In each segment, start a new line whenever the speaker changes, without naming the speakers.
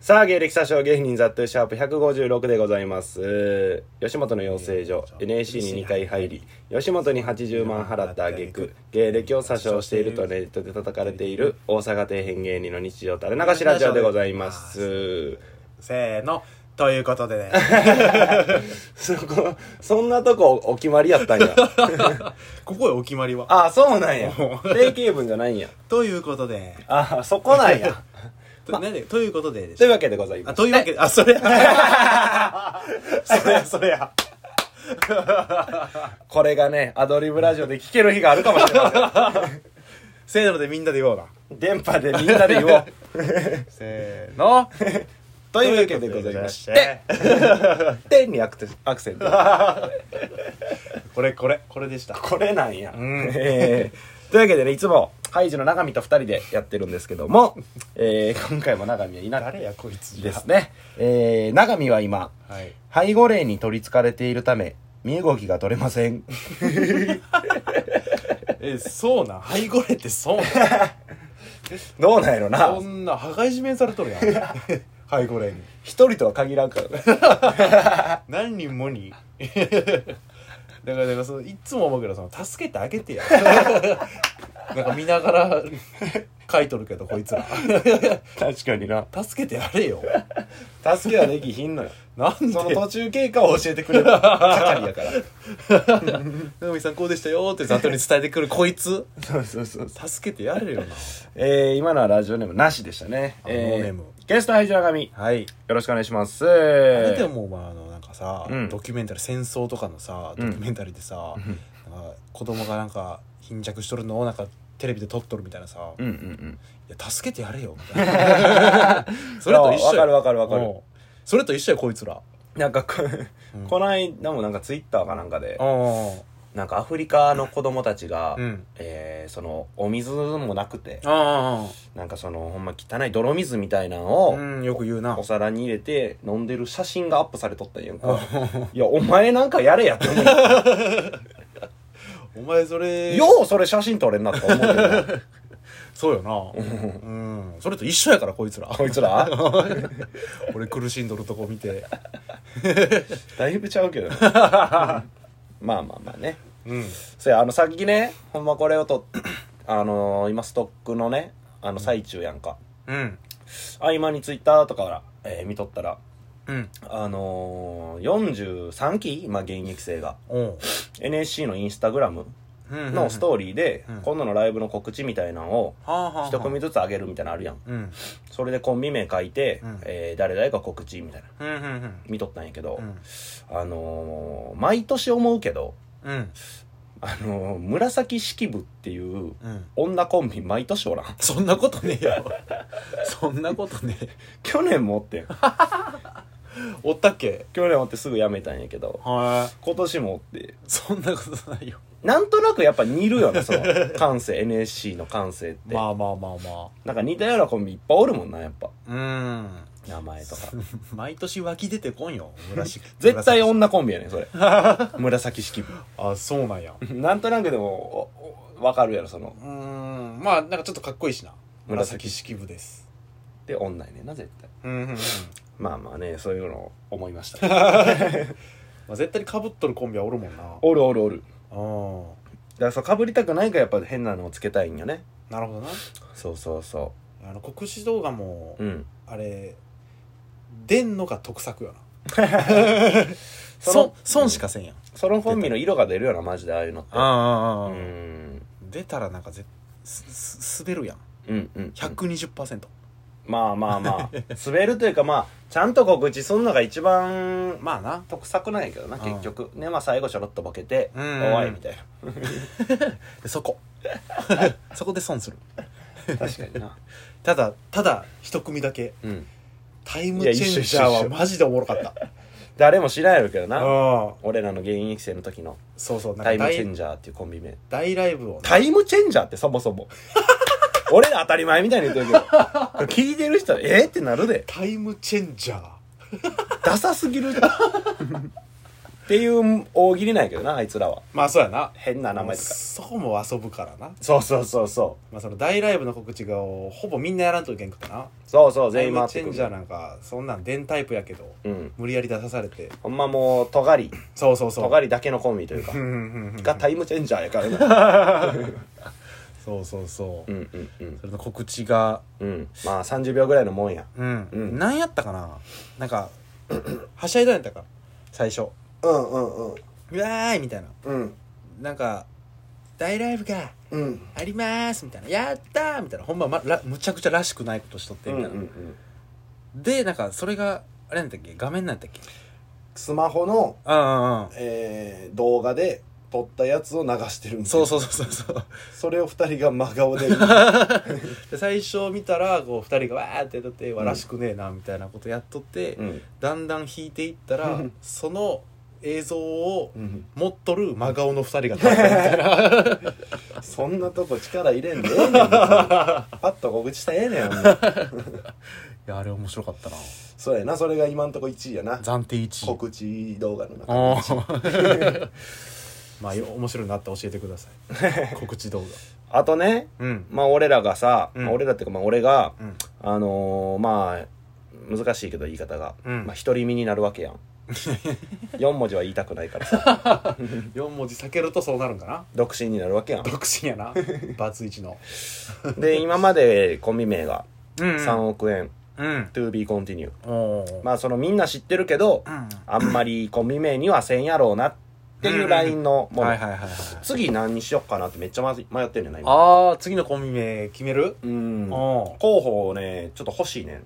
さあ、芸歴詐称芸人ザットシャープ156でございます。吉本の養成所 NAC に2回入り、吉本に80万払った挙句、芸歴を詐称しているとネットで叩かれている大阪底辺芸人の日常垂れ流しラジオでございます。
せーの。ということでね。
そこ、そんなとこお決まりやったん や。
ここよ、お決まりは。
ああ、そうなんや。定型文じゃないんや。
ということで。
ああ、そこなんや。
となんでということでで し
と
た
いうわけでございま
あ、
す。
というわけで、あ、それや。それや、それや。
これがね、アドリブラジオで聞ける日があるかもしれません。
せーのでみんなで言おうな。
電波でみんなで言おう。
せーの。
というわけでございまして、。天にアクセアクセント。
これ、これ、これでした。
これなんや。
ん
えーというわけでね、いつも、ハイジの永見と二人でやってるんですけど も、えー今回も永見はいなかっ
誰や、こいつ。
たです。ね。えー、永見は今、
はい。
背後霊に取り憑かれているため、身動きが取れません。
え、そうなん。ハイゴレってそうなん。
どうなんやろな
そ。んな、羽交い締めにされとるやん。ハイゴレに。
一人とは限らんからね。
何人もに だからなんかそのいっつも思うけどその助けてあげ てやなんか見ながら書いとるけどこいつ ら
確かにな。
助けてやれよ
助けはできひんのよ。
なんで
その途中経過を教えてくれ る係やから。
野上さんこうでしたよってざっとに伝えてくるこいつ
そうそうそうそう。
助けてやれよな
えー、今のはラジオネームなしでしたね。
あノーネ
え
ー
ー
ム、
ゲストハイジの神、よ
はい
ろしくお願いします。
あれでもまああのなんかさ、
うん
ドキュメンタリー戦争とかのさドキュメンタリーでさ、なんか子供がなんか貧弱しとるのをなんかテレビで撮っとるみたいなさ、
うんうんうん。
いや助けてや れよみ たいなそれと一緒
わ
よ
かるわかるわかる
うんそれと一緒よこいつら
なんかこ、
うん
この間もなんかツイッターかなんかで、
あ
なんかアフリカの子供たちが、
うん
えー、その、お水もなくて、
あ
なんかその、ほんま汚い泥水みたいなの
あ
を、
うんよく言うな
お皿に入れて飲んでる写真がアップされとったんやんか。いや、お前なんかやれやって 思う。
お前それ
ようそれ写真撮れんなと思うけどな
そう よなうんそれと一緒やからこいつら
こいつら
俺苦しんどるとこ見て
だいぶちゃう けどねまあまあまあね
うん
そやあのさっきねほんまこれをと あのー今ストックのねあの最中やんか
うん
合間にツイッターとかから、えー見とったら
うん
あのー、43期今現役生が
おう
NSC のインスタグラムのス
ー
トーリーで、
うん
今度のライブの告知みたいなのを
リーはあはあはあ
一組ずつ上げるみたいなのあるやん
うん
それでコンビ名書いて、
うん
えー誰々が告知みたいな
うんうん
見とったんやけど、
うん
あのー毎年思うけど、
うん
あのー紫式部っていう
うん
女コンビ毎年おらん。
そんなことねえよそんなことねえ
去年もおってん。
おったっけ
去年おってすぐ辞めたんやけど、
は
今年もおって。
いそんなことないよ
なんとなくやっぱ似るよね、その 感性、NSC の感性って。
まあまあまあま
なんか似たようなコンビいっぱいおるもんな、やっぱ。
あうん
名前とか。
毎年湧き出てこんよ紫
絶対
紫
女コンビやねん、 それ。紫式部。
あそうなんや
なんとなくでも、おおわかるやろ、その。
うんまあなんかちょっとかっこいいしな
紫
紫式部です
で、女やねんな、絶対。
うんうんうん
まあまあね、そういうのを思いました。
まあ絶対にかぶっとるコンビはおるもんな
おるおるおる。
あ
だからそう、かぶりたくないからやっぱ変なのをつけたいんよね。
あなるほどな
そうそうそ
あの国史動画も、
う。うん。
あれ出んのが得策よな
その
損損しかせんやん、
そのコンビの色が出るよな、マジで、ああいうのって。
あ
う
あ
ん。
出たらなんかぜすす滑るやん
うんうん。
120%、
まあまあまあ。滑るというかまあ、ちゃんと告知すんのが一番、まあ、
まあな
得策なんやけどな、
うん
結局。ね、まあ最後ちょろっとボケて、
うん
おい、みたいな。
でそこ そこで損する
確かにな。
ただただ一組だけ
うん。
タイムチェンジャー
いや一緒一緒一
は
緒
マジでおもろか った
誰も知らんやろうけどな。
うん
俺らの現役生の時の
そうそうな
タイ
んか
ムチェン
大
ジャーっていうコンビ名。
大ライブを
タイムチェンジャーってそもそも。 俺ら当たり前みたいに言ってるけど。これ聞いてる人は、えーってなるで。
タイムチェンジャー
ダサすぎる。っていう大喜利なんやけどなあいつらは
まあそうやな
変な名前とか
そこも遊ぶからな、
そうそうそうそう
まあ、その大ライブの告知がほぼみんなやらんといけんからな
そうそう全
全
員
員
回っ
チ
て
ェ
く
ンジャー
る
なんかそんなん電タイプやけど
うん
無理やり出さされて
ほんまもう尖り
そうそうそう
尖りだけのコンビというか
うんうんうんうん
がタイムチェンジャーやから な
そうそうそう、
うんうんうん
それの告知が
うんまあ30秒ぐらいのもんや
うん、
うん
なんやったかななんかはしゃいだんやったか最初
うんうんうん
うわーいみたいな
うん
なんか大ライブが
うん
ありますみたいなやったーみたいなほんま、ま、らむちゃくちゃらしくないことしとってみたいな、でなんかそれがあれなんだっけ画面なんだっけ
スマホの、
うんうんうん
えー動画で撮ったやつを流してるん
そう
う
そうそうそうそう
それを二人が真顔で
で最初見たらこう2人がわーってやっとってわらしくねえなみたいなことやっとって、
うん
だんだん引いていったら
うん
その映像を
うん
持っとる真顔の2人が立ってるみた いな
そんなとこ力入れんでえ えねん別にパッと告知したらええねんほんま
いやあれ面白かったな
そうやなそれが今んとこ1位やな
暫定1位
告知動画の中
あー まあよ面白いなって教えてくださ い告知動
あとね
画うん
まあ俺らがさ、
うん
まあ俺らっていうかまあ俺が
うん
あのーまあ難しいけど言い方が、
うん
まあ独り身になるわけや ん4文字は言いたくないからさ
4文字避けるとそうなるんかな
独身になるわけやん
独身や なバツイチの
で今までコンビ名が
うん
3億円、
うん、
To be continue
おー
まあそのみんな知ってるけど、
うん
あんまりコンビ名にはせんやろうなっていうラインのもの、
はいはいはいはい
次何にしよっかなってめっちゃ迷ってんねんな今
ああ次のコンビ名決める
うん
おー
候補をねちょっと欲しいねん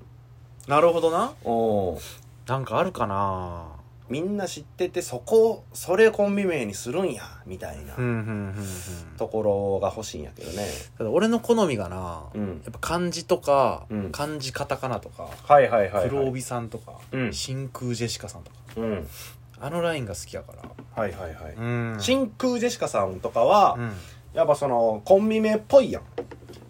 なるほどな
おー
なんかあるかな
みんな知っててそこをそれコンビ名にするんやみたいな
うんうんうんうん
ところが欲しいんやけどね
ただ俺の好みがな、
うん
やっぱ漢字とか、
うん
漢字カタカナとか
はいはいは
黒帯さんとか、
うん
真空ジェシカさんとか
うん
あのラインが好きやから
はいはいはい、
うん
真空ジェシカさんとかは、
うん
やっぱそのコンビ名っぽいやん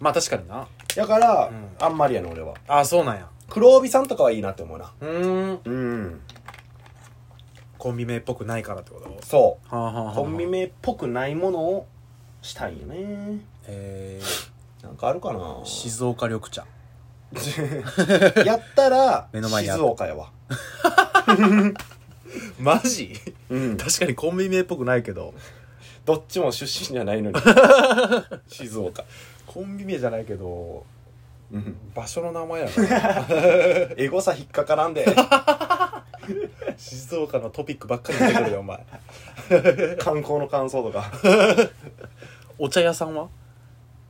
まあ確かにな
だから、
うん
あんまりやね俺は
ああそうなんや
黒帯さんとかはいいなって思うな
うーん
うん
コンビ名っぽくないからってこと
そう
はあはあはあ
コンビ名っぽくないものをしたいよね
えー
なんかあるかな
静岡緑茶
やったら
目の前にあっ
静岡やわ
マジ
うん
確かにコンビ名っぽくないけど
どっちも出身じゃ ないのに静岡
コンビ名じゃないけど
うん
場所の名前やから
エゴさ引っかからんで
静岡のトピックばっかり出てくるよお前
観光の感想とか
お茶屋さんは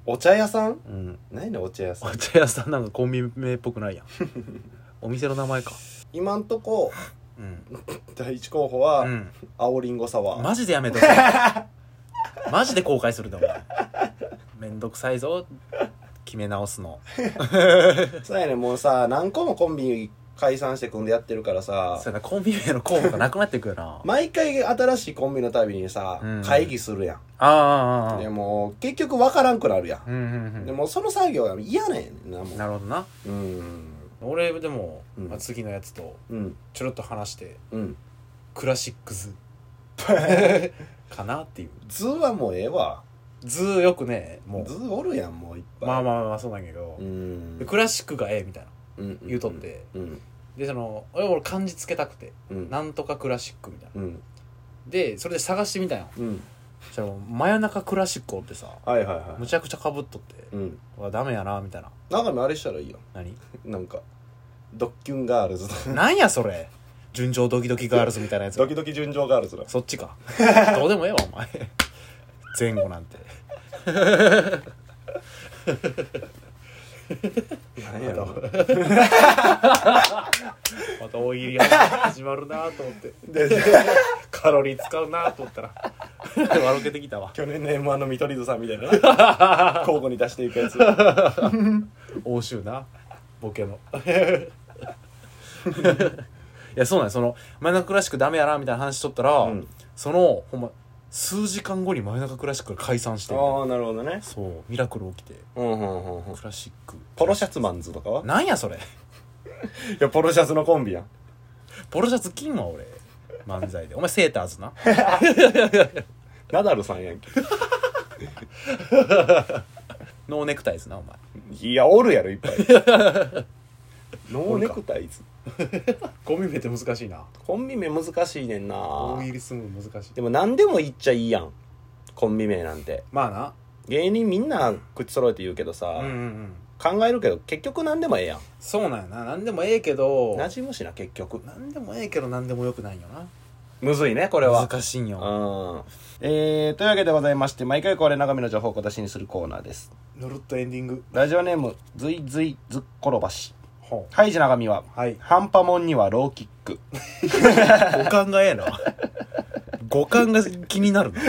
お茶屋さん
うん
ないねお茶屋さん
お茶屋さんなんかコンビ名っぽくない やんお店の名前か
今んとこ
うん、
第一候補は、
うん、
青りんごサワー、
マジでやめとけ マジで後悔するでお前めんどくさいぞ決め直すの
そうやねもうさ何個もコンビ解散して組んでやってるからさ
そうやなコンビ名の候補がなくなってくよな
毎回新しいコンビのたびにさ、
うん
会議するやん
ああああ
で
あ
も結局分からんくなるやん、
うんうんうん
でもその作業が嫌ねんなも
なるほどな
ううん
俺でも、
うん
まあ、次のやつと
うん
ちょろっと話して
うん
クラシック ズかなっていう
図はもうええわ
ズーよくねも
図
う
おるやんもういっぱい
まあまあまあそうなんやけど
う、ん
でクラシックがええみたいな
うん
言うとって、
うん
でその俺俺漢字つけたくて
うん
なんとかクラシックみたいな
うん
でそれで探してみたんよ
うん
そしたらもう真夜中クラシックおってさ
はいはいは
む
い
ちゃくちゃかぶっとって
うん
うわダメやなみたいな
中身あれしたらいいよ
何
なんかドッキュンガールズとか
なんやそれ純情ドキドキガールズみたいなやつ
ドキドキ純情ガールズだ
そっちかどうでもええわお前前後なんて
何やろ
また大喜利が始まるなと思ってカロリー使うなと思ったら笑けてきたわ
去年の m 1の見取り図さんみ たいな交互に出していくやつ
欧州なボケのいやそうなんやその「真夜中クラシックダメやな」みたいな話しとったら、
うん
そのほんま数時間後に真夜中クラシックが解散して
ああなるほどね
そうミラクル起きて
うんうんうんうん
クラシック
ポロシャツマンズとかは
なんやそれ
い やポロシャツのコンビやん
ポロシャツ金は俺漫才でお前セーターズな
ナダルさんやんけ
ノーネクタイズなお前
いやおるやろいっぱい ノーネクタイズ
ゴミ目って難しいな
コンビ名難しいねんな
大喜利するの難しい
でも何でも言っちゃいいやんコンビ名なんて
まあな
芸人みんな口揃えて言うけどさ、
うんうんうん
考えるけど結局何でもええやん
そうなんやな何でもええけど
馴染むしな結局
何でもええけど何でもよくないよな
むずいねこれは
難しいんよ
うんえー、というわけでございまして毎回これ長見の情報を小出しにするコーナーです
ぬるっとエンディング
ラジオネームずいずいずっころばし
ほ
ハイジ長見は
うはい
ハンパモンにはローキック
五感がええな五感が気になるな